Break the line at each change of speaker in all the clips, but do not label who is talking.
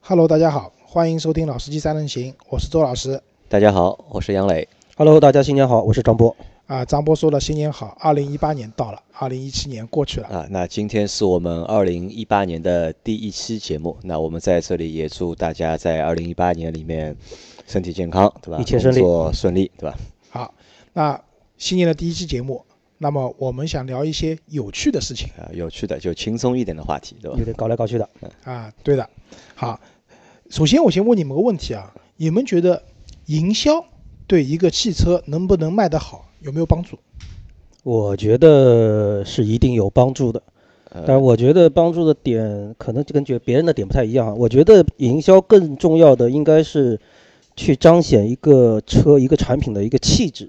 Hello，大家好，欢迎收听《老司机三人行》，我是周老师。
大家好，我是杨磊。
Hello，大家新年好，我是张波。
啊，张波说了，新年好，二零一八年到了，二零一七年过去了。
啊，那今天是我们二零一八年的第一期节目，那我们在这里也祝大家在二零一八年里面身体健康，对吧？
一切顺利
工作顺利，对吧？
好，那新年的第一期节目，那么我们想聊一些有趣的事情
啊，有趣的就轻松一点的话题，对吧
有？点搞来搞去的，
啊。对的，好，首先我先问你们个问题啊，你们觉得营销对一个汽车能不能卖得好有没有帮助？
我觉得是一定有帮助的。
呃
但是我觉得帮助的点可能就跟觉别人的点不太一样啊。我觉得营销更重要的应该是去彰显一个车、一个产品的一个气质，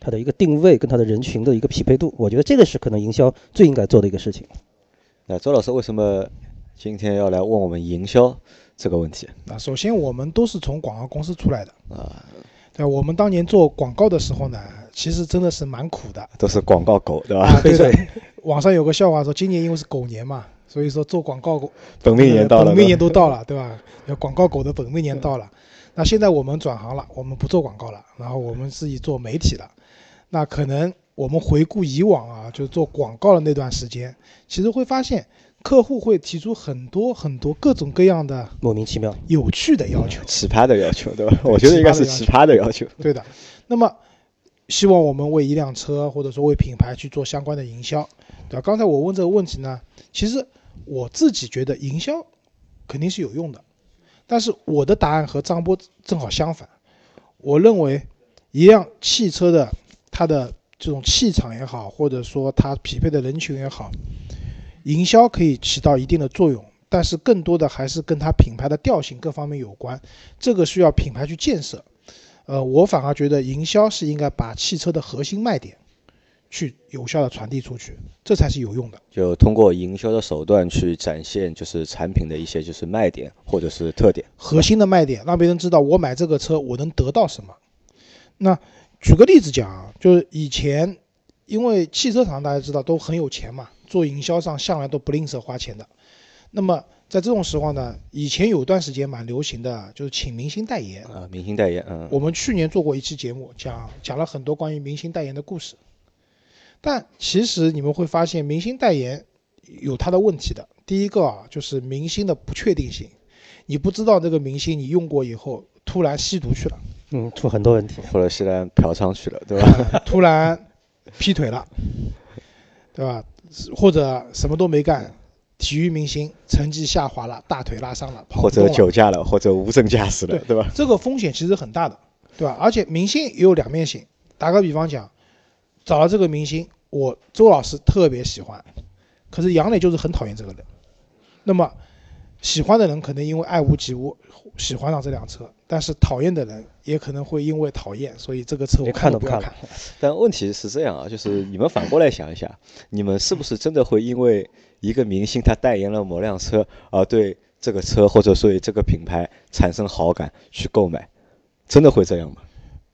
它的一个定位跟它的人群的一个匹配度。我觉得这个是可能营销最应该做的一个事情。
那周老师为什么今天要来问我们营销这个问题
啊，首先我们都是从广告公司出来的，
啊？
对，我们当年做广告的时候呢，其实真的是蛮苦的。
都是广告狗，对吧？
啊，对的。网上有个笑话说，今年因为是狗年嘛，所以说做广告狗
本命年到了，
本命
对
年
吧
都到了，对 吧？有广告狗的本命年到了。那现在我们转行了，我们不做广告了，然后我们自己做媒体了。那可能我们回顾以往啊，就是做广告的那段时间，其实会发现客户会提出很多很多各种各样的
莫名其妙，
有趣的要求。
奇葩的要求，对吧？ 我觉得应该是奇葩的要求。
对的，那么希望我们为一辆车或者说为品牌去做相关的营销，对吧？刚才我问这个问题呢，其实我自己觉得营销肯定是有用的，但是我的答案和张波正好相反，我认为一辆汽车的它的这种气场也好，或者说它匹配的人群也好，营销可以起到一定的作用。但是更多的还是跟它品牌的调性各方面有关，这个需要品牌去建设。呃，我反而觉得营销是应该把汽车的核心卖点去有效的传递出去，这才是有用的。
就通过营销的手段去展现，就是产品的一些就是卖点或者是特点。
核心的卖点让别人知道我买这个车我能得到什么。那举个例子讲啊，就是以前因为汽车厂大家知道都很有钱嘛，做营销上向来都不吝啬花钱的。那么在这种时候呢，以前有段时间蛮流行的，就是请明星代言。
啊，明星代言，嗯，
我们去年做过一期节目，讲讲了很多关于明星代言的故事。但其实你们会发现，明星代言有它的问题的。第一个啊，就是明星的不确定性，你不知道这个明星你用过以后，突然吸毒 去了，
嗯，出很多问题。
或者西兰嫖娼去了，对吧？
突然劈腿了，对吧？或者什么都没干，体育明星成绩下滑了，大腿拉伤了，跑
或
不动
者
了。
酒驾了，或者无证驾驶了，对 吧？
这个风险其实很大的，对吧？而且明星也有两面性。打个比方讲，找了这个明星，我周老师特别喜欢，可是杨磊就是很讨厌这个人。那么，喜欢的人可能因为爱屋及乌喜欢上这辆车，但是讨厌的人也可能会因为讨厌，所以这个车我
连看
都
都
不
不
要
看
看
了。
但问题是这样啊，就是你们反过来想一想，你们是不是真的会因为一个明星他代言了某辆车而对这个车或者对这个品牌产生好感去购买？真的会这样吗？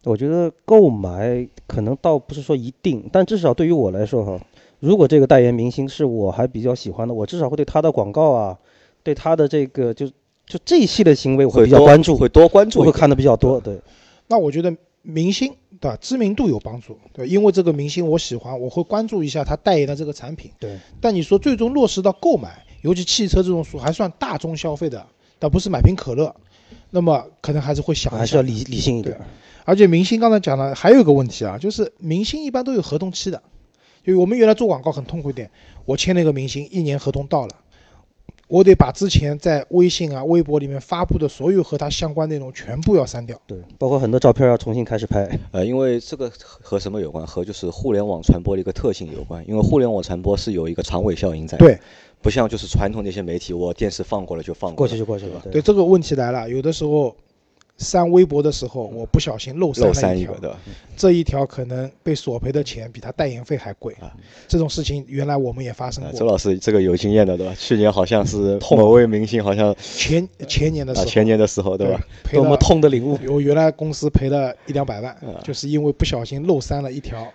我觉得购买可能倒不是说一定，但至少对于我来说哈，如果这个代言明星是我还比较喜欢的，我至少会对他的广告啊，对他的这个就就这一系列行为我会比较
多
关注，
会多关注
我
一
会
点，啊
看的比较多。对，
那我觉得明星对吧，知名度有帮助，对吧，因为这个明星我喜欢，我会关注一下他代言的这个产品。
对，
但你说最终落实到购买，尤其汽车这种属还算大众消费的，但不是买瓶可乐，那么可能还是会想
还
一
是要
下。
理理性一点。
而且明星刚才讲了，还有一个问题啊，就是明星一般都有合同期的，因为我们原来做广告很痛苦一点，我签了一个明星，一年合同到了。我得把之前在微信啊、微博里面发布的所有和他相关内容全部要删掉。
对，包括很多照片要重新开始拍。
呃，因为这个和和什么有关？和就是互联网传播的一个特性有关。因为互联网传播是有一个长尾效应在，
对，
不像就是传统的一些媒体，我电视放过了就放
过
了
去就过去了。 对
对这个问题来了，有的时候删微博的时候，我不小心漏删
嗯漏
了
删
一
一
条
个，，对吧？
这一条可能被索赔的钱比他代言费还贵
啊。
这种事情原来我们也发生
啊，周
过，
老师这个有经验的，对吧？去年好像是某位明星，好像
前前年的时
啊
候，
前年的时候，对吧？
赔
多么
了，
痛的领悟！
我原来公司赔了一两百万
啊，
就是因为不小心漏删了一条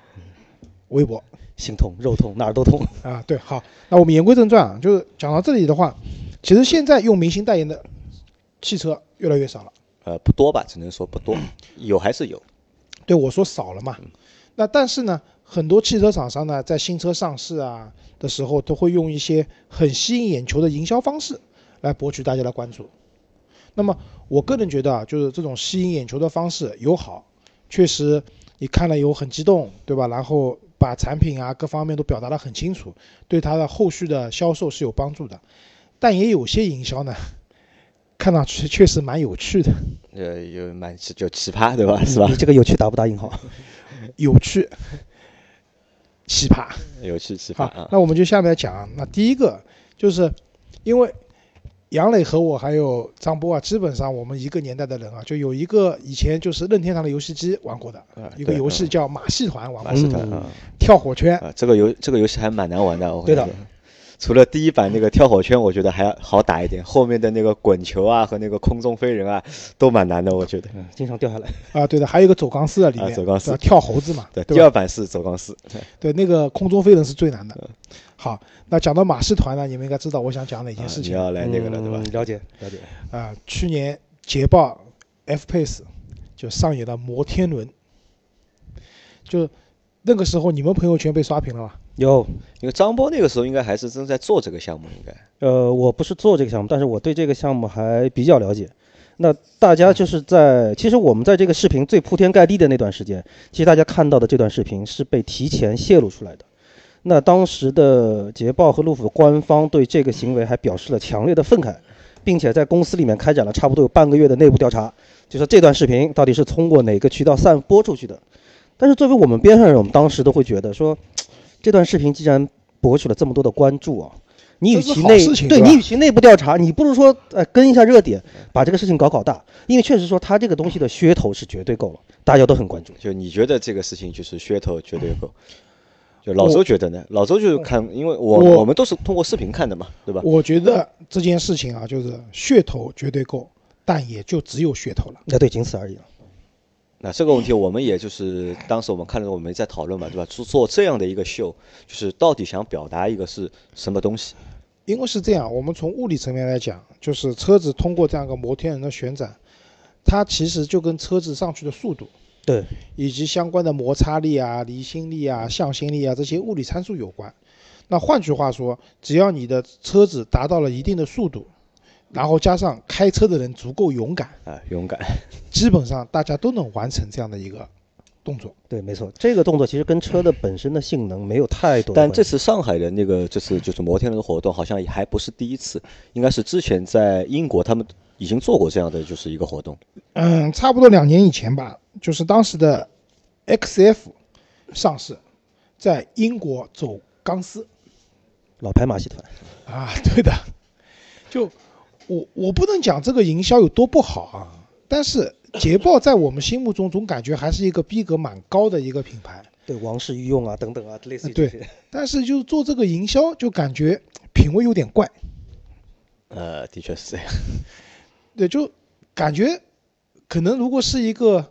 微博。
嗯
心痛、肉痛，哪儿都痛。
啊，对，好，那我们言归正传啊，就是讲到这里的话，其实现在用明星代言的汽车越来越少了。
呃，不多吧，只能说不 多，有还是有，
对我说少了嘛。那但是呢，很多汽车厂商呢，在新车上市啊的时候，都会用一些很吸引眼球的营销方式来博取大家的关注。那么我个人觉得啊，就是这种吸引眼球的方式有好，确实你看了以后很激动，对吧？然后把产品啊各方面都表达得很清楚，对它的后续的销售是有帮助的。但也有些营销呢， 看上去确实蛮有趣的，
呃，有蛮就奇葩，对吧？是吧
你？
嗯
这个有趣打不打引号？
有趣，奇葩。
有趣奇葩
好
啊，，
那我们就下面讲啊。那第一个就是，因为杨磊和我还有张波啊，基本上我们一个年代的人啊，就有一个以前就是任天堂的游戏机玩过的
啊
一个
对
游戏
嗯
叫马戏团玩过
马戏
的，
团
嗯
啊
跳火圈。
啊，这个游这个游戏还蛮难玩的，我跟
对
你
的
说。除了第一版那个跳火圈，我觉得还好打一点，后面的那个滚球啊和那个空中飞人啊，都蛮难的，我觉得。
嗯
经常掉下来。
啊，对的，还有一个走钢丝的里
啊
面，
走钢
对
丝
吧跳猴子嘛，
对，
对
第
吧？
二版是走钢丝，
对，那个空中飞人是最难
嗯
的。好，那讲到马戏团呢，你们应该知道我想讲哪
啊
件事
你
情
要来那个了，对吧
嗯？了解了解。
啊。去年捷豹 F Pace 就上演了摩天轮，就那个时候你们朋友圈被刷屏了吧？
有，
因为张波那个时候应该还是正在做这个项目，应该
呃，我不是做这个项目，但是我对这个项目还比较了解。那大家就是在，其实我们在这个视频最铺天盖地的那段时间，其实大家看到的这段视频是被提前泄露出来的。那当时的捷豹和路虎官方对这个行为还表示了强烈的愤慨，并且在公司里面开展了差不多有半个月的内部调查，就说这段视频到底是通过哪个渠道散播出去的。但是作为我们边上人，我们当时都会觉得说，这段视频既然博取了这么多的关注啊，你与
这是
其
好
内
事情
对
是吧
你与其内部调查，你不如说呃跟一下热点，把这个事情搞搞大，因为确实说他这个东西的噱头是绝对够了，大家都很关注。
就你觉得这个事情就是噱头绝对够，就老周觉得呢？老周就是看，因为我
我
哦我们都是通过视频看的嘛，对吧？
我觉得这件事情啊，就是噱头绝对够，但也就只有噱头了。
那对，仅此而已了。
那这个问题我们也就是当时我们看了，我们在讨论嘛，对吧？做做这样的一个秀，就是到底想表达一个是什么东西？
因为是这样，我们从物理层面来讲，就是车子通过这样一个摩天轮的旋转，它其实就跟车子上去的速度
对，
以及相关的摩擦力啊、离心力啊、向心力啊这些物理参数有关。那换句话说，只要你的车子达到了一定的速度，然后加上开车的人足够勇敢，
啊，勇敢，
基本上大家都能完成这样的一个动作。
对，没错，这个动作其实跟车的本身的性能没有太多的
但
关系。
这次上海的那个这次就是摩天轮活动，好像也还不是第一次，应该是之前在英国他们已经做过这样的就是一个活动。
嗯，差不多两年以前吧，就是当时的 XF 上市，在英国走钢丝
老牌马戏团，
啊， 对的。就我我不能讲这个营销有多不好啊，但是捷豹在我们心目中总感觉还是一个逼格蛮高的一个品牌，
对王室御用啊等等啊，类似于这些。
但是就做这个营销就感觉品味有点怪，
呃，的确是这样。
对，就感觉可能如果是一个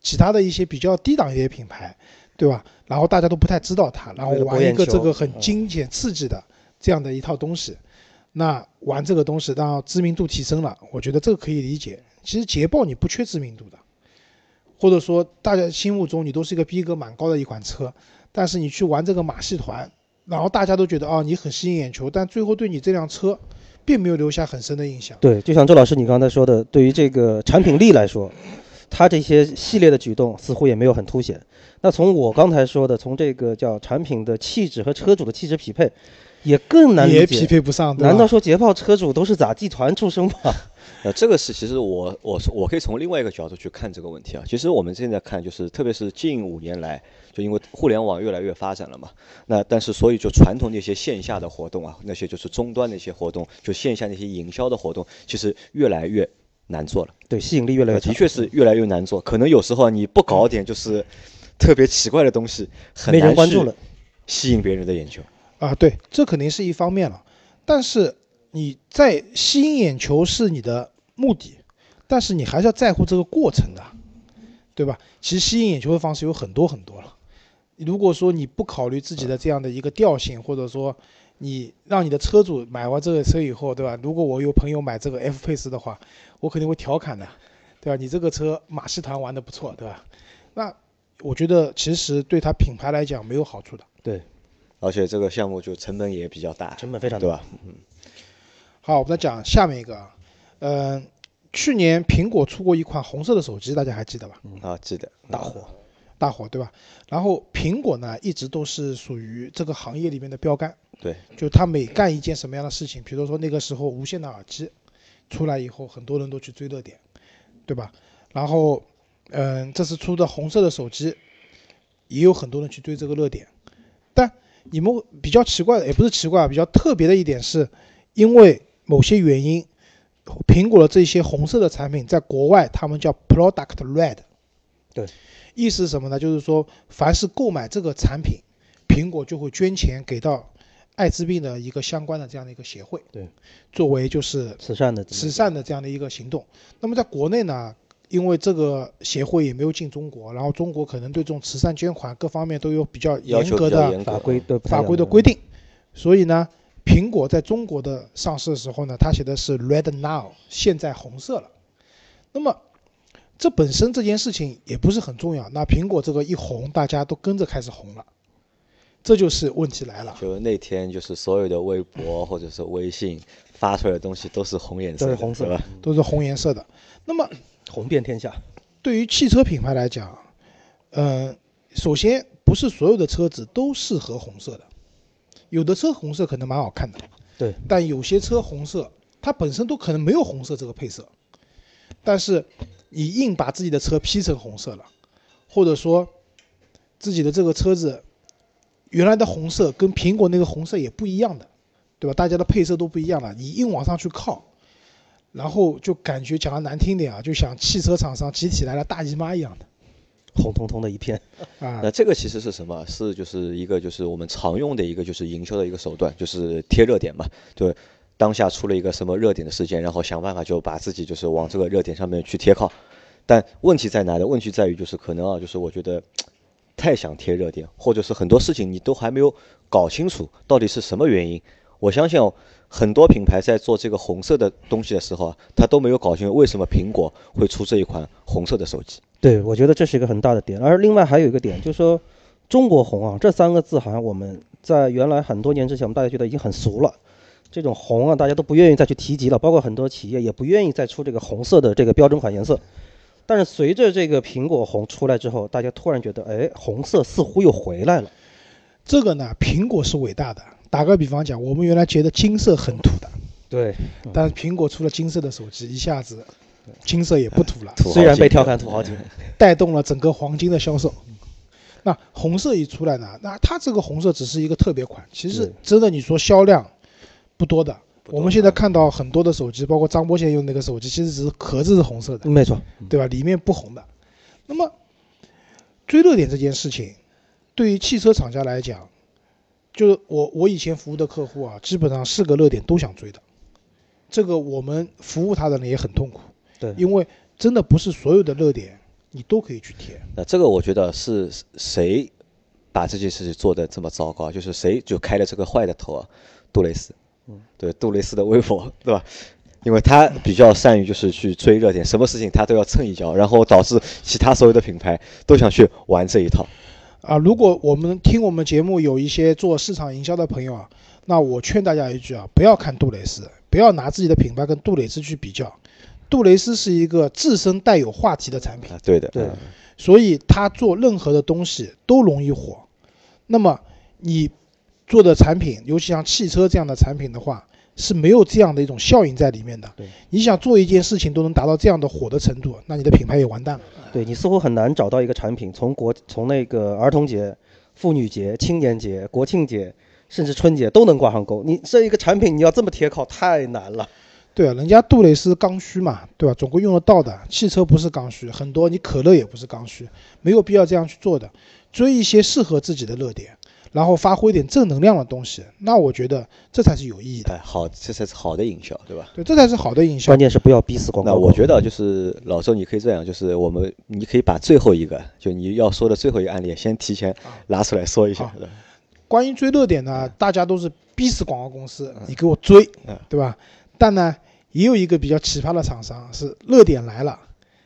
其他的一些比较低档一些品牌，对吧？然后大家都不太知道它，然后
为了博
玩一
眼
个这
球
个很
嗯
惊险刺激的这样的一套东西，那玩这个东西让知名度提升了，我觉得这个可以理解。其实捷豹你不缺知名度的，或者说大家心目中你都是一个逼格蛮高的一款车，但是你去玩这个马戏团，然后大家都觉得哦你很吸引眼球，但最后对你这辆车并没有留下很深的印象。
对，就像周老师你刚才说的，对于这个产品力来说，它这些系列的举动似乎也没有很凸显。那从我刚才说的，从这个叫产品的气质和车主的气质匹配，也更难
也
理
匹
解。
配不上，对吧
难道说捷豹车主都是杂技团出身吗？
那这个是其实我我是我可以从另外一个角度去看这个问题啊。其实我们现在看就是，特别是近五年来，就因为互联网越来越发展了嘛，那但是所以就传统那些线下的活动啊，那些就是终端的一些活动，就线下那些营销的活动，其实越来越难做了。
对，吸引力越来越
呃
强。
的确是越来越难做，可能有时候啊你不搞点就是特别奇怪的东西，很
没
难
人关
去
注了。
吸引别人的眼球。
啊，对，这肯定是一方面了。但是你在吸引眼球是你的目的，但是你还是要在乎这个过程的，对吧？其实吸引眼球的方式有很多很多了。如果说你不考虑自己的这样的一个调性，或者说你让你的车主买完这个车以后，对吧？如果我有朋友买这个 F Pace 的话，我肯定会调侃的，对吧？你这个车马戏团玩的不错，对吧？那我觉得其实对它品牌来讲没有好处的。
而且这个项目就成本也比较大，
成本非常
对
大。
吧？
好，我们再讲下面一个啊，嗯、去年苹果出过一款红色的手机，大家还记得吧？
啊，记得
嗯大火，
大火对吧？然后苹果呢，一直都是属于这个行业里面的标杆。
对，
就他每干一件什么样的事情，比如说那个时候无线的耳机出来以后，很多人都去追热点，对吧？然后，嗯，这次出的红色的手机，也有很多人去追这个热点。但你们比较奇怪的，也不是奇怪，比较特别的一点是，因为某些原因，苹果的这些红色的产品在国外他们叫 Product Red。
对，
意思是什么呢？就是说，凡是购买这个产品，苹果就会捐钱给到艾滋病的一个相关的这样的一个协会，
对，
作为就是
慈善的这么
慈善的这样的一个行动。那么在国内呢，因为这个协会也没有进中国，然后中国可能对这种慈善捐款各方面都有比较
要
严
求
格
比较
的
严格
法规的不太
法
一样
规的规定，所以呢，苹果在中国的上市的时候呢，它写的是 red now，现在红色了。那么这本身这件事情也不是很重要，那苹果这个一红，大家都跟着开始红了，这就是问题来了。
就那天就是所有的微博或者是微信发出来的东西都是红颜色
都
的，
是红色
对吧？
都是红颜色的。那么
红遍天下，
对于汽车品牌来讲，呃，首先不是所有的车子都适合红色的，有的车红色可能蛮好看的，
对，
但有些车红色它本身都可能没有红色这个配色，但是你硬把自己的车 P 成红色了，或者说自己的这个车子原来的红色跟苹果那个红色也不一样的，对吧？大家的配色都不一样了，你硬往上去靠，然后就感觉讲的难听点啊，就像汽车厂商集体来了大姨妈一样的
红彤彤的一片，
啊
那，这个其实是什么？是就是一个就是我们常用的一个就是营销的一个手段，就是贴热点嘛，对。当下出了一个什么热点的事件，然后想办法就把自己就是往这个热点上面去贴靠。但问题在哪呢？问题在于就是可能啊，就是我觉得太想贴热点，或者是很多事情你都还没有搞清楚到底是什么原因。我相信哦，很多品牌在做这个红色的东西的时候啊，他都没有搞清楚为什么苹果会出这一款红色的手机。
对我觉得这是一个很大的点。而另外还有一个点就是说，中国红啊这三个字好像我们在原来很多年之前，我们大家觉得已经很俗了。这种红啊，大家都不愿意再去提及了，包括很多企业也不愿意再出这个红色的这个标准款颜色。但是随着这个苹果红出来之后，大家突然觉得，哎，红色似乎又回来了。
这个呢，苹果是伟大的。打个比方讲，我们原来觉得金色很土的，
对，
嗯
但是苹果出了金色的手机，一下子金色也不土 了，
土豪
虽然
金
被
的
调侃土豪金，
带动了整个黄金的销售。
嗯
那红色一出来呢，那它这个红色只是一个特别款，其实
对
真的你说销量不多的。
不
我
多
们现在
啊
看到很多的手机，包括张波现在用那个手机，其实只是壳子是红色的，
没错，
对吧？里面不红的。那么追热点这件事情，对于汽车厂家来讲，就是我我以前服务的客户啊，基本上是个热点都想追的。这个我们服务他的人也很痛苦，
对，
因为真的不是所有的热点你都可以去贴。
那这个我觉得是谁把这件事情做得这么糟糕？就是谁就开了这个坏的头啊？杜蕾斯，
嗯
对，杜蕾斯的微博，对吧？因为他比较善于就是去追热点，什么事情他都要蹭一脚，然后导致其他所有的品牌都想去玩这一套。
啊，如果我们听我们节目有一些做市场营销的朋友啊，那我劝大家一句啊，不要看杜蕾斯，不要拿自己的品牌跟杜蕾斯去比较。杜蕾斯是一个自身带有话题的产品，
啊，对的，
对
嗯
所以它做任何的东西都容易火。那么你做的产品，尤其像汽车这样的产品的话，是没有这样的一种效应在里面的
对。
你想做一件事情都能达到这样的火的程度，那你的品牌也完蛋了。
对你似乎很难找到一个产品，从国从那个儿童节、妇女节、青年节、国庆节，甚至春节都能挂上钩。你这一个产品你要这么贴靠太难了。
对啊，人家杜蕾斯刚需嘛，对吧？总归用得到的。汽车不是刚需，很多你可乐也不是刚需，没有必要这样去做的。追一些适合自己的热点，然后发挥点正能量的东西，那我觉觉得这才是有意义的。
哎，好，这才是好的营销，对吧？
对，这才是好的营销
关。键是不要逼死广告
那
客户。
我觉得就是老周，你可以这样，就是我们
啊
你可以把最后一个，就你要说的最后一个案例，先提前拉出来说一下
好。
对吧
关于追热点呢，大家都是逼死广告公司，你给我追
嗯，
对吧？但呢，也有一个比较奇葩的厂商是热点来了，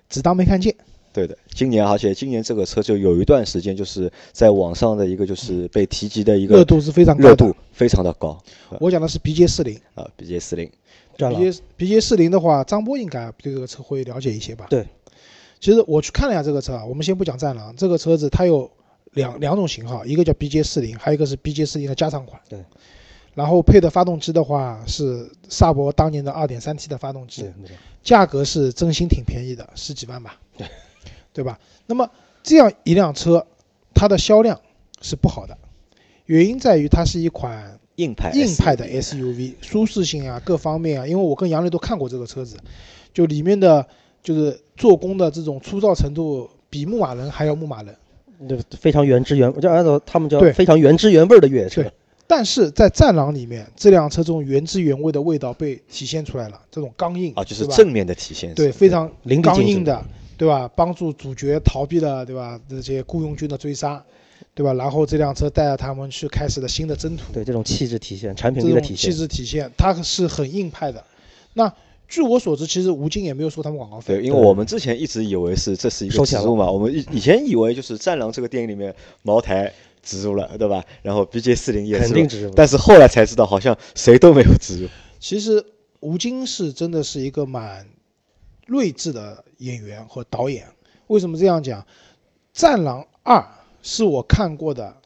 只当没看见。
对的，今年而且今年这个车就有一段时间就是在网上的一个就是被提及的一
热
个
度是非常高的。
热度非常的高
我讲的是 BJ 四零
啊，BJ 四零
战狼，
，BJ BJ 四零的话，张波应该对这个车会了解一些吧？
对。
其实我去看了一下这个车啊，我们先不讲战狼，这个车子它有两两种型号，一个叫 BJ 四零，还有一个是 BJ 四零的加长款。
对。
然后配的发动机的话是萨博当年的 2.3T 的发动机
对，，没错
价格是真心挺便宜的，十几万吧， 对吧？那么这样一辆车，它的销量是不好的，原因在于它是一款
硬派
硬派的
SUV
SUV，舒适性啊各方面啊，因为我跟杨磊都看过这个车子，就里面的就是做工的这种粗糙程度比牧马人还要牧马人，
就非常原汁原，就按照他们叫
对
非常原汁原味儿的越野车
对，但是在战狼里面，这辆车中原汁原味的味道被体现出来了，这种刚硬
啊，就是
对吧
正面的体现是吧，
对，非常
淋漓
刚
尽致
硬的，对吧？帮助主角逃避了，对吧？这些雇佣军的追杀，对吧？然后这辆车带着他们去开始了新的征途，
对这种气质体现、产品
这
力的
种
体
气
现，
质体现，它是很硬派的。那据我所知，其实吴京也没有收他们广告费，
对，因为我们之前一直以为是这是一个
收起
植
来
入嘛，我们以以前以为就是《战狼》这个电影里面茅台植入了，对吧？然后 BJ 四零也
肯
植入
定
了，
植入。
但是后来才知道好像谁都没有植入。
其实吴京是真的是一个蛮睿智的演员和导演。为什么这样讲？《战狼二》是我看过的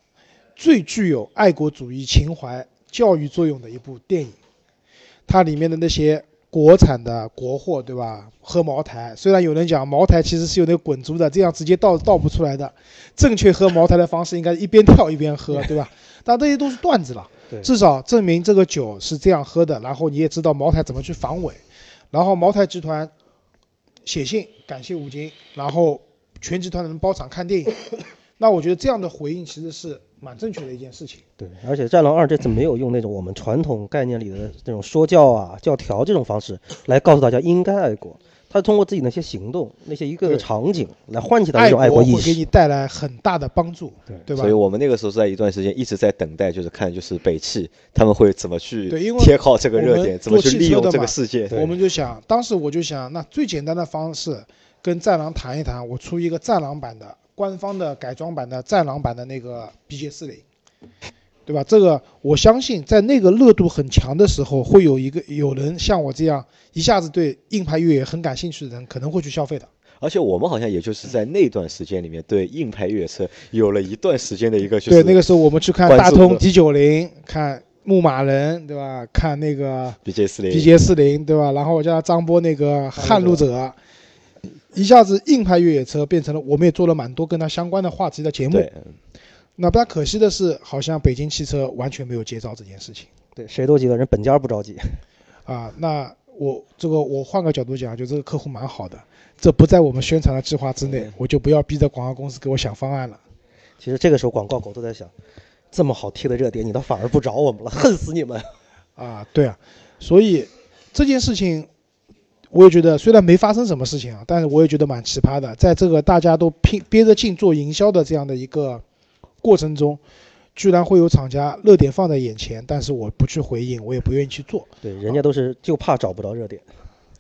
最具有爱国主义情怀教育作用的一部电影。它里面的那些国产的国货，对吧？喝茅台，虽然有人讲茅台其实是有那个滚珠的，这样直接倒倒不出来的。正确喝茅台的方式应该一边跳一边喝，对吧？但这些都是段子了。
对
至少证明这个酒是这样喝的，然后你也知道茅台怎么去防伪，然后茅台集团写信感谢吴京，然后全集团的人包场看电 影，那我觉得这样的回应其实是蛮正确的一件事情。
对，而且《战狼二》这次没有用那种我们传统概念里的那种说教啊、教条这种方式来告诉大家应该爱国，他通过自己那些行动、那些一个个
对
场景来唤起大家
爱
这种爱
国
国意
会给
识。
你带来很大的帮助，
对
对吧
所以？我们那个时候在一段时间一直在等待，就是看就是北汽他们会怎么去
对因为
贴靠这个
我
热
们
点，怎么
做汽
去利
车
用
的
这个
嘛
世界。
对
我们就想，当时我就想，那最简单的方式跟战狼谈一谈，我出一个战狼版的官方的改装版的战狼版的那个 BJ 四零，对吧？这个我相信在那个热度很强的时候，会有一个有人像我这样一下子对硬派越野很感兴趣的人，可能会去消费的。
而且我们好像也就是在那段时间里面对硬派越野车有了一段时间的一个就
对，那
是
个时候我们去看
关
大
注
通
的
D 九零，看牧马人，对吧？看那个
BJ 四零。
BJ 四零，对吧？然后我叫他张波那个撼路者，一下子硬派越野车变成了，我们也做了蛮多跟他相关的话题的节目。
对，嗯
那不但可惜的是，好像北京汽车完全没有接招这件事情
对，谁都急得人本家不着急。
啊。那我这个我换个角度讲，就这个客户蛮好的，这不在我们宣传的计划之内，我就不要逼着广告公司给我想方案了。
其实这个时候广告狗都在想，这么好贴的热点，你倒反而不找我们了，恨死 你们！
啊，对啊，所以这件事情，我也觉得虽然没发生什么事情啊，但是我也觉得蛮奇葩的。在这个大家都拼憋着劲做营销的这样的一个过程中，居然会有厂家热点放在眼前，但是我不去回应，我也不愿意去做
对，人家都是就怕找不着热点。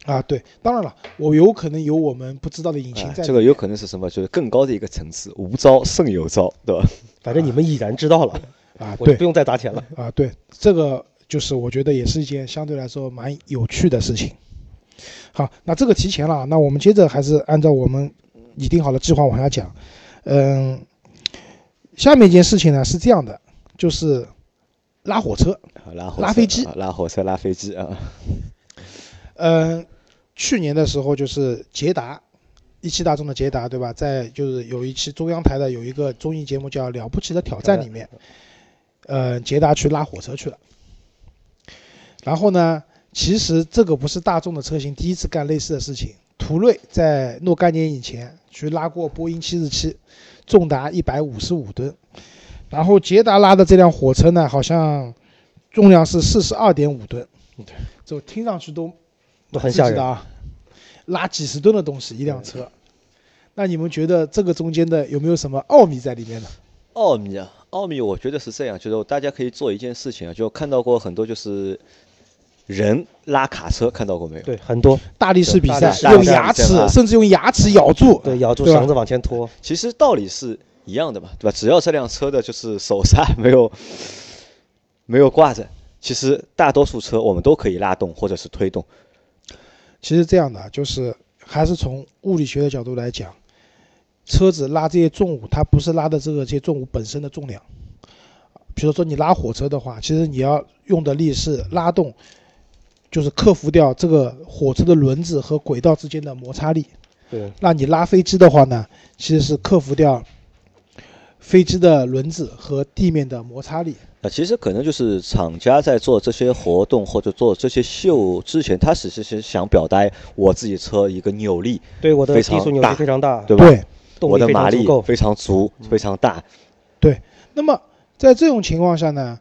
啊。对，当然了，我有可能有我们不知道的隐情在
哎
里面、
这个有可能是什么？就是更高的一个层次，无招胜有招，对吧？
反正你们已然知道了，
啊，
我就
对
不用再砸钱了。
啊，对，这个就是我觉得也是一件相对来说蛮有趣的事情。好，那这个提前了啊，那我们接着还是按照我们拟定好的计划往下讲。嗯，下面一件事情呢是这样的，就是拉火车。
啊拉火
拉
车
飞机
啊拉火车，拉飞机啊！
嗯，去年的时候就是捷达，一汽大众的捷达，对吧？在就是有一期中央台的有一个综艺节目叫《了不起的挑战》里面，呃，捷达去拉火车去了。然后呢，其实这个不是大众的车型第一次干类似的事情，途锐在若干年以前去拉过波音747，重达一百五十五吨。然后捷达拉的这辆火车呢，好像重量是四十二点五吨，就听上去都
嗯都很吓人
刺
嗯
激的啊！拉几十吨的东西一辆车，那你们觉得这个中间的有没有什么奥秘在里面呢？
奥秘啊，奥秘我觉得是这样，就是大家可以做一件事情啊，就看到过很多就是人拉卡车，看到过没有？
对，很多
大力士比赛
大力
用
士
牙
大力士比赛
齿
啊，
甚至用牙齿咬住，
对咬住
对吧
绳子往前拖，
其实道理是一样的嘛，对吧？只要这辆车的就是手刹没有 没有挂着，其实大多数车我们都可以拉动或者是推动。
其实这样的啊，就是还是从物理学的角度来讲，车子拉这些重物，它不是拉的这个这些重物本身的重量。比如说你拉火车的话，其实你要用的力是拉动，就是克服掉这个火车的轮子和轨道之间的摩擦力。
对，
那你拉飞机的话呢，其实是克服掉飞机的轮子和地面的摩擦力。
啊，其实可能就是厂家在做这些活动或者做这些秀之前，他只是是想表达我自己车一个扭力，
对我的
非
低速
常
扭
大
力非常大，
对吧？
对，
动
我
力
的
非
马
常足
力
够，嗯
非常足，非常大。
那么在这种情况下呢，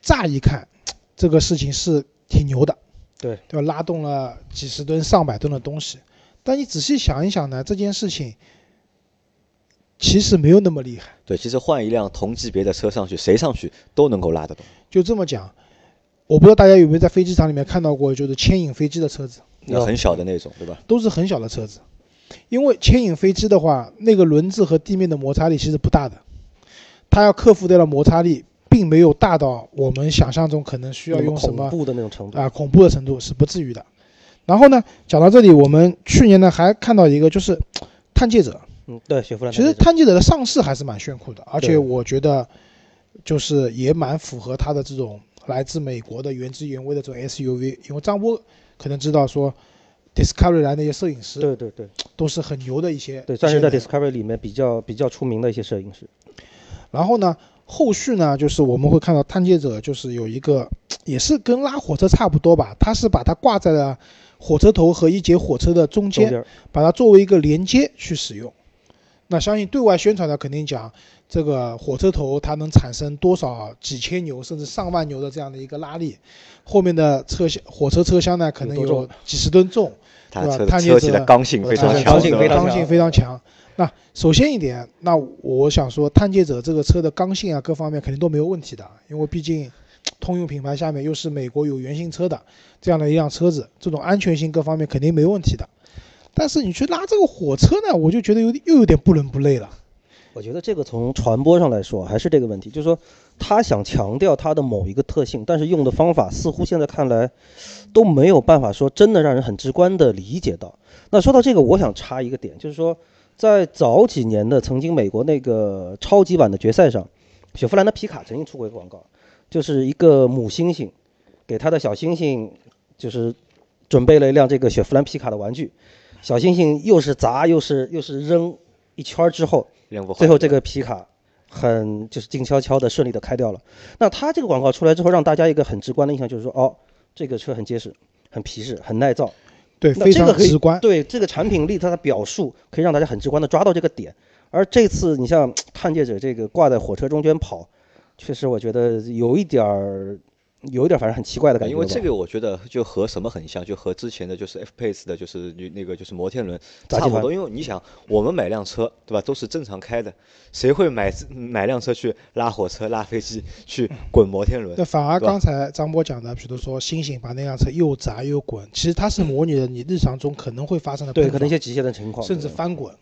乍一看这个事情是挺牛的，
对
对吧？拉动了几十吨、上百吨的东西，但你仔细想一想呢，这件事情其实没有那么厉害。
对，其实换一辆同级别的车上去，谁上去都能够拉得动。
就这么讲，我不知道大家有没有在飞机场里面看到过，就是牵引飞机的车子，
那很小的那种，对吧？
都是很小的车子，因为牵引飞机的话，那个轮子和地面的摩擦力其实不大的，它要克服掉的摩擦力，并没有大到我们想象中可能需要
那
用什
恐
么
怖的那种程度，
啊、恐怖的程度是不至于的。然后呢，讲到这里，我们去年呢还看到一个就是嘖探界者，
嗯，对，雪佛兰
其实
探界者，
探界者的上市还是蛮炫酷的，而且
对
我觉得就是也蛮符合它的这种来自美国的原汁原味的这种 SUV，因为张波可能知道说 Discovery 来那些摄影师
对对对
都是很牛的一些，
对，算是
一些
在
人
Discovery 里面比较比较出名的一些摄影师，
然后呢，后续呢，就是我们会看到探界者就是有一个，也是跟拉火车差不多吧，它是把它挂在了火车头和一节火车的中
中
间，
间儿
把它作为一个连接去使用。那相信对外宣传呢，肯定讲这个火车头它能产生多少几千牛甚至上万牛的这样的一个拉力，后面的车厢火车车厢呢可能
有多
有几十吨重，
它
对吧
车
探
的
界
车体
者
的刚性非
呃
常
对
强，
刚性
对吧
非常
刚性
强
非常强。那首先一点，那我想说，探界者这个车的刚性啊，各方面肯定都没有问题的，因为毕竟通用品牌下面又是美国有原型车的这样的一辆车子，这种安全性各方面肯定没问题的。但是你去拉这个火车呢，我就觉得有点又有点不伦不类了。
我觉得这个从传播上来说还是这个问题，就是说他想强调他的某一个特性，但是用的方法似乎现在看来都没有办法说真的让人很直观的理解到。那说到这个，我想插一个点，就是说在早几年的曾经美国那个超级碗的决赛上，雪佛兰的皮卡曾经出过一个广告，就是一个母猩猩给他的小猩猩就是准备了一辆这个雪佛兰皮卡的玩具，小猩猩又是砸又是又是扔一圈儿之后。
量不
最
坏
后这个皮卡很就是静悄悄的顺利的开掉了。那它这个广告出来之后，让大家一个很直观的印象就是说，哦，这个车很结实，很皮实，很耐造，
对，
那
非
这个
常
可以
直观。
对这个产品力它的表述，可以让大家很直观的抓到这个点。而这次你像探界者这个挂在火车中间跑，确实我觉得有一点儿，有一点儿反正很奇怪的感觉
因
吧。
为这个我觉得就和什么很像，就和之前的就是 F Pace 的，就是那那个就是摩天轮
杂
差
技
不
团
多。因为你想，我们买辆车对吧，都是正常开的，谁会买买辆车去拉火车、拉飞机、去滚摩天轮
嗯
那？反而
对吧
刚才张波讲的，比如说猩猩把那辆车又砸又滚，其实它是模拟了你日常中可能会发生的
对，
碰
可能一
撞
些极限的情况，
甚至
对
翻滚，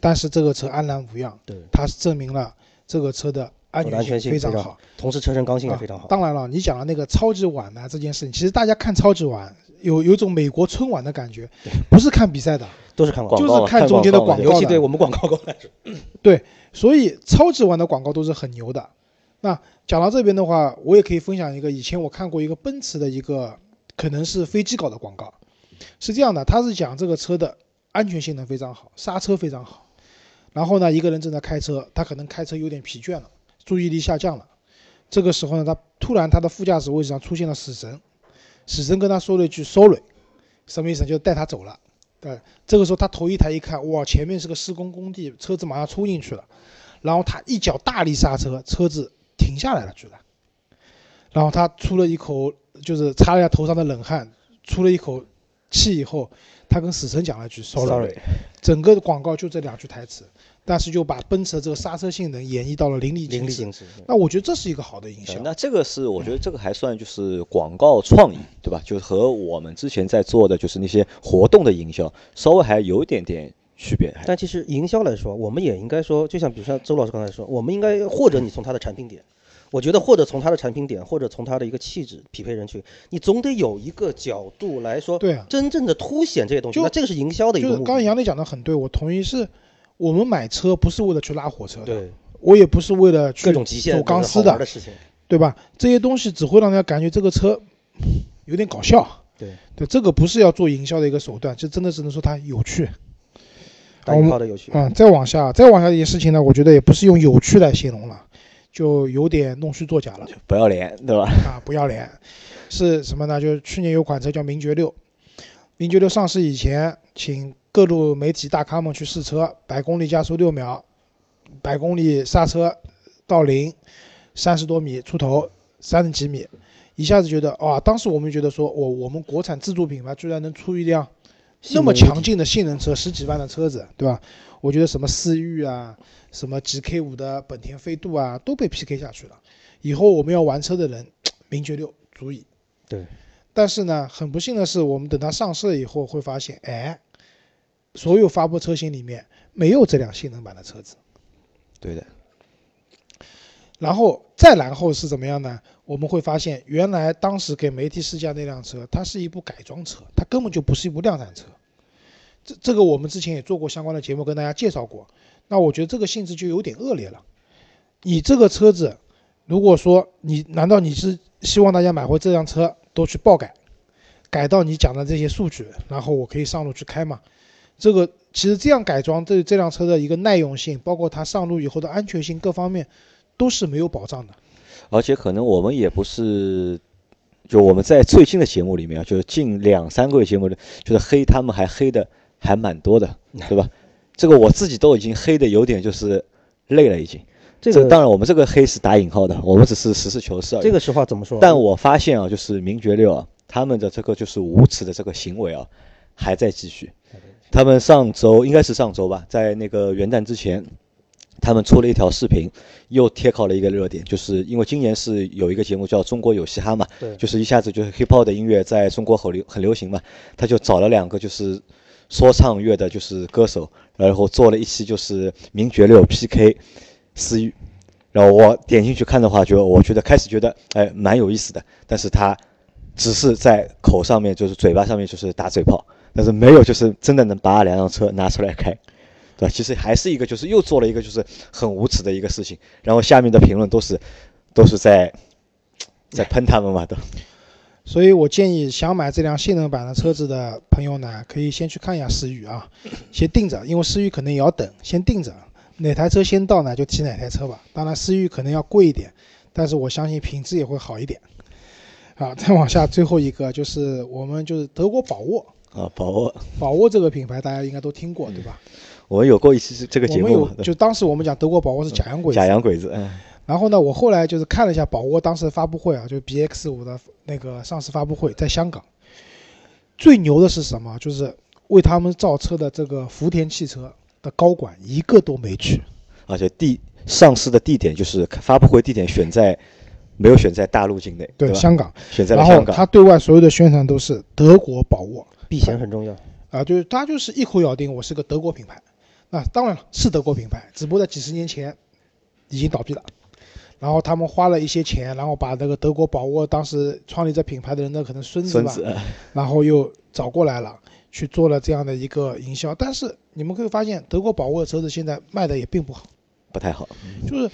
但是这个车安然无恙。
对，
它是证明了这个车的安
我的安
全
全性
非
非
常
常
好
好，同时车身刚性也
啊
非常好。
当然了，你讲的那个超级碗呢、这件事情，其实大家看超级碗有有一种美国春晚的感觉，不是看比赛的，
都啊是看过，
广
就
告
是
嘛
看
看
中间的
广告
广
嘛
告
尤其
的
对。我们广告过来说，
所以超级碗的广告都是很牛的。那讲到这边的话，我也可以分享一个以前我看过一个奔驰的一个可能是飞机搞的广告，是这样的，它是讲这个车的安全性能非常好，刹车非常好。然后呢，一个人正在开车，他可能开车有点疲倦了，注意力下降了。这个时候呢，他突然他的副驾驶位置上出现了死神，死神跟他说了一句 “sorry”，什么意思呢？就是带他走了。对，这个时候他头一抬一看，哇，前面是个施工工地，车子马上冲进去了。然后他一脚大力刹车，车子停下来了，居然。然后他出了一口，就是擦了一下头上的冷汗，出了一口气以后，他跟死神讲了句 sorry，,
Sorry
整个广告就这两句台词，但是就把奔驰的这个刹车性能演绎到了淋漓
淋
尽
漓
致。
尽致。嗯
那我觉得这是一个好的营销
呃。那这个是我觉得这个还算就是广告创意，对吧？就是和我们之前在做的就是那些活动的营销稍微还有一点点区别。还
但其实营销来说，我们也应该说，就像比如像周老师刚才说，我们应该或者你从他的产品点，我觉得或者从他的产品点，或者从他的一个气质匹配人群，你总得有一个角度来说，
对啊
真正的凸显这些东西。
就
那这个是营销的一
就
个
是
目
刚才
的。
杨磊讲的很对，我同意是。我们买车不是为了去拉火车的，
对，
我也不是为了去
各种极限
走钢丝
的
的
的，事情。
对吧？这些东西只会让人家感觉这个车有点搞笑。
对
对，这个不是要做营销的一个手段，这真的只能说它有趣。
打引号的有趣。
嗯，再往下，再往下一些事情呢，我觉得也不是用有趣来形容了，就有点弄虚作假了
不要脸，对吧？
啊！不要脸，是什么呢？就是去年有款车叫名爵六，名爵六上市以前，请各路媒体大咖们去试车，百公里加速六秒，百公里刹车到零，三十多米出头，三十几米，一下子觉得哇！当时我们觉得说，我我们国产自主品牌居然能出一辆那么强劲的性能车，十几万的车子，对吧？我觉得什么思域啊，什么 GK 五的本田飞度啊，都被 PK 下去了。以后我们要玩车的人，名爵六足以。
对。
但是呢，很不幸的是，我们等它上市了以后，会发现，哎，所有发布车型里面没有这辆性能版的车子。
对的，
然后再然后是怎么样呢？我们会发现，原来当时给媒体试驾那辆车，它是一部改装车，它根本就不是一部量产车。这这个我们之前也做过相关的节目跟大家介绍过。那我觉得这个性质就有点恶劣了。你这个车子，如果说你难道你是希望大家买回这辆车都去爆改，改到你讲的这些数据，然后我可以上路去开吗？这个其实这样改装对这辆车的一个耐用性，包括它上路以后的安全性各方面。都是没有保障的。
而且可能我们也不是，就我们在最近的节目里面啊，就是近两三个月节目里，就是黑他们还黑的还蛮多 的，对吧？这个我自己都已经黑的有点就是累了，已经。
这
这
个
当然，我们这个黑是打引号的，我们只是实事求是而已。
这个实话怎么说？
但我发现啊，就是名爵六啊，他们的这个就是无耻的这个行为啊，还在继续。他们上周应该是上周吧，在那个元旦之前，他们出了一条视频，又贴靠了一个热点，就是因为今年是有一个节目叫《中国有嘻哈》嘛，
对
就是一下子就是 hiphop 的音乐在中国很流很流行嘛，他就找了两个就是说唱乐的就是歌手，然后做了一期就是名爵六 PK 思域。然后我点进去看的话，就我觉得开始觉得哎蛮有意思的，但是他只是在口上面就是嘴巴上面就是打嘴炮，但是没有就是真的能把两辆车拿出来开，对吧？其实还是一个就是又做了一个就是很无耻的一个事情，然后下面的评论都是都是在在喷他们嘛，都
所以我建议想买这辆性能版的车子的朋友呢，可以先去看一下思域 啊，先定着，因为思域可能也要等，先定着，哪台车先到呢就提哪台车吧。当然，思域可能要贵一点，但是我相信品质也会好一点。啊， 再往下最后一个就是我们就是德国宝沃，
啊，宝沃，
宝沃这个品牌大家应该都听过对吧？
我们有过一期嗯这个
我
节
们
目
有
嘛，对吧
就当时我们讲德国宝沃是假洋鬼子
假，洋鬼子，嗯，
然后呢，我后来就是看了一下宝沃当时的发布会啊，就 BX 五的那个上市发布会，在香港。最牛的是什么？就是为他们造车的这个福田汽车的高管一个都没去，
而且地啊上市的地点就是发布会地点选在没有选在大陆境内，对吧？
香港。
选在了
然
香
后
港，
他对外所有的宣传都是德国宝沃
避嫌很重要。
啊，就是他就是一口咬定我是个德国品牌。那当然了，是德国品牌，只不过在几十年前已经倒闭了。然后他们花了一些钱，然后把那个德国宝沃当时创立这品牌的人的可能孙子
孙
吧，
子，嗯
然后又找过来了，去做了这样的一个营销。但是你们会发现，德国宝沃的车子现在卖的也并不好，
不太好。
就是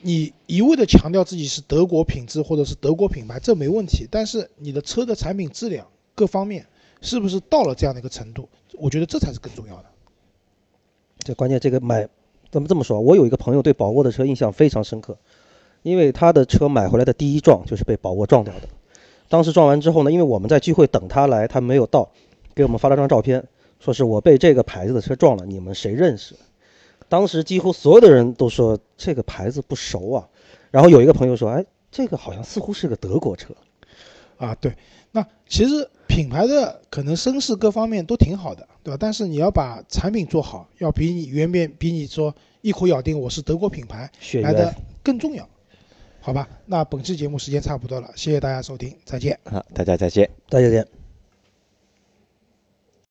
你一味的强调自己是德国品质或者是德国品牌，这没问题，但是你的车的产品质量各方面是不是到了这样的一个程度？我觉得这才是更重要的。
这关键这个买，咱们这么说，我有一个朋友对宝沃的车印象非常深刻，因为他的车买回来的第一撞就是被宝沃撞掉的。当时撞完之后呢，因为我们在聚会等他来，他没有到，给我们发了张照片，说是我被这个牌子的车撞了，你们谁认识？当时几乎所有的人都说这个牌子不熟啊。然后有一个朋友说，哎，这个好像似乎是个德国车。
啊，对，那其实品牌的可能声势各方面都挺好的，对吧？但是你要把产品做好，要比你原本比你说一口咬定我是德国品牌
血
来
缘
的。更重要，好吧？那本期节目时间差不多了，谢谢大家收听，再见。
好，大家再见。
大家见。